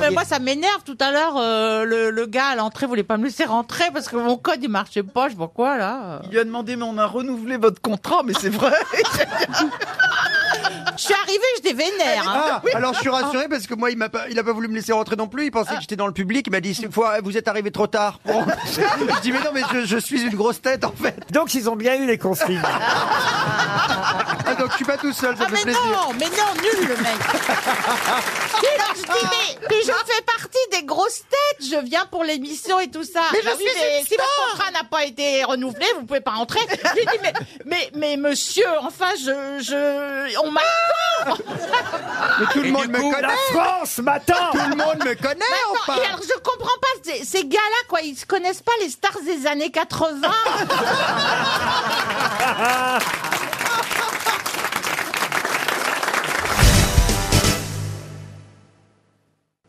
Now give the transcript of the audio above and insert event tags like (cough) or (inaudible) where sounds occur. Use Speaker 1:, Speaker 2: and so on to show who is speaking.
Speaker 1: mais moi, ça m'énerve. Tout à l'heure, euh, le, le gars à l'entrée voulait pas me laisser rentrer parce que mon code, il marchait pas. Je vois quoi, là
Speaker 2: Il lui a demandé, mais on a renouvelé votre contrat, mais c'est vrai.
Speaker 1: Je suis arrivée, j'étais vénère. hein.
Speaker 3: Ah, alors je suis rassuré parce que moi, il m'a pas, il a pas voulu me laisser rentrer non plus. Il pensait que j'étais dans le public. Il m'a dit, C'est- faut- vous êtes arrivé trop tard. (laughs) Bon. je dis, mais non, mais je, je suis une grosse tête en fait.
Speaker 4: Donc ils ont bien eu les consignes.
Speaker 3: Ah, donc je suis pas tout seul, ça
Speaker 1: Ah,
Speaker 3: fait
Speaker 1: mais
Speaker 3: plaisir.
Speaker 1: non, mais non, nul le (laughs) mec. Puis alors je dis mais, mais je fais partie des grosses têtes, je viens pour l'émission et tout ça.
Speaker 2: Mais je
Speaker 1: Ah oui,
Speaker 2: suis
Speaker 1: mais
Speaker 2: une
Speaker 1: si votre contrat n'a pas été renouvelé, vous pouvez pas rentrer. J'ai dit mais, mais mais monsieur, enfin je je on m'a
Speaker 3: Mais tout le
Speaker 5: Et
Speaker 3: monde
Speaker 5: du
Speaker 3: me
Speaker 5: coup,
Speaker 4: La
Speaker 3: connaît.
Speaker 4: France m'attend
Speaker 3: Tout le monde me connaît
Speaker 1: Non,
Speaker 3: enfin.
Speaker 1: et alors je comprends pas ces, ces gars-là quoi, ils se connaissent pas les stars des années 80.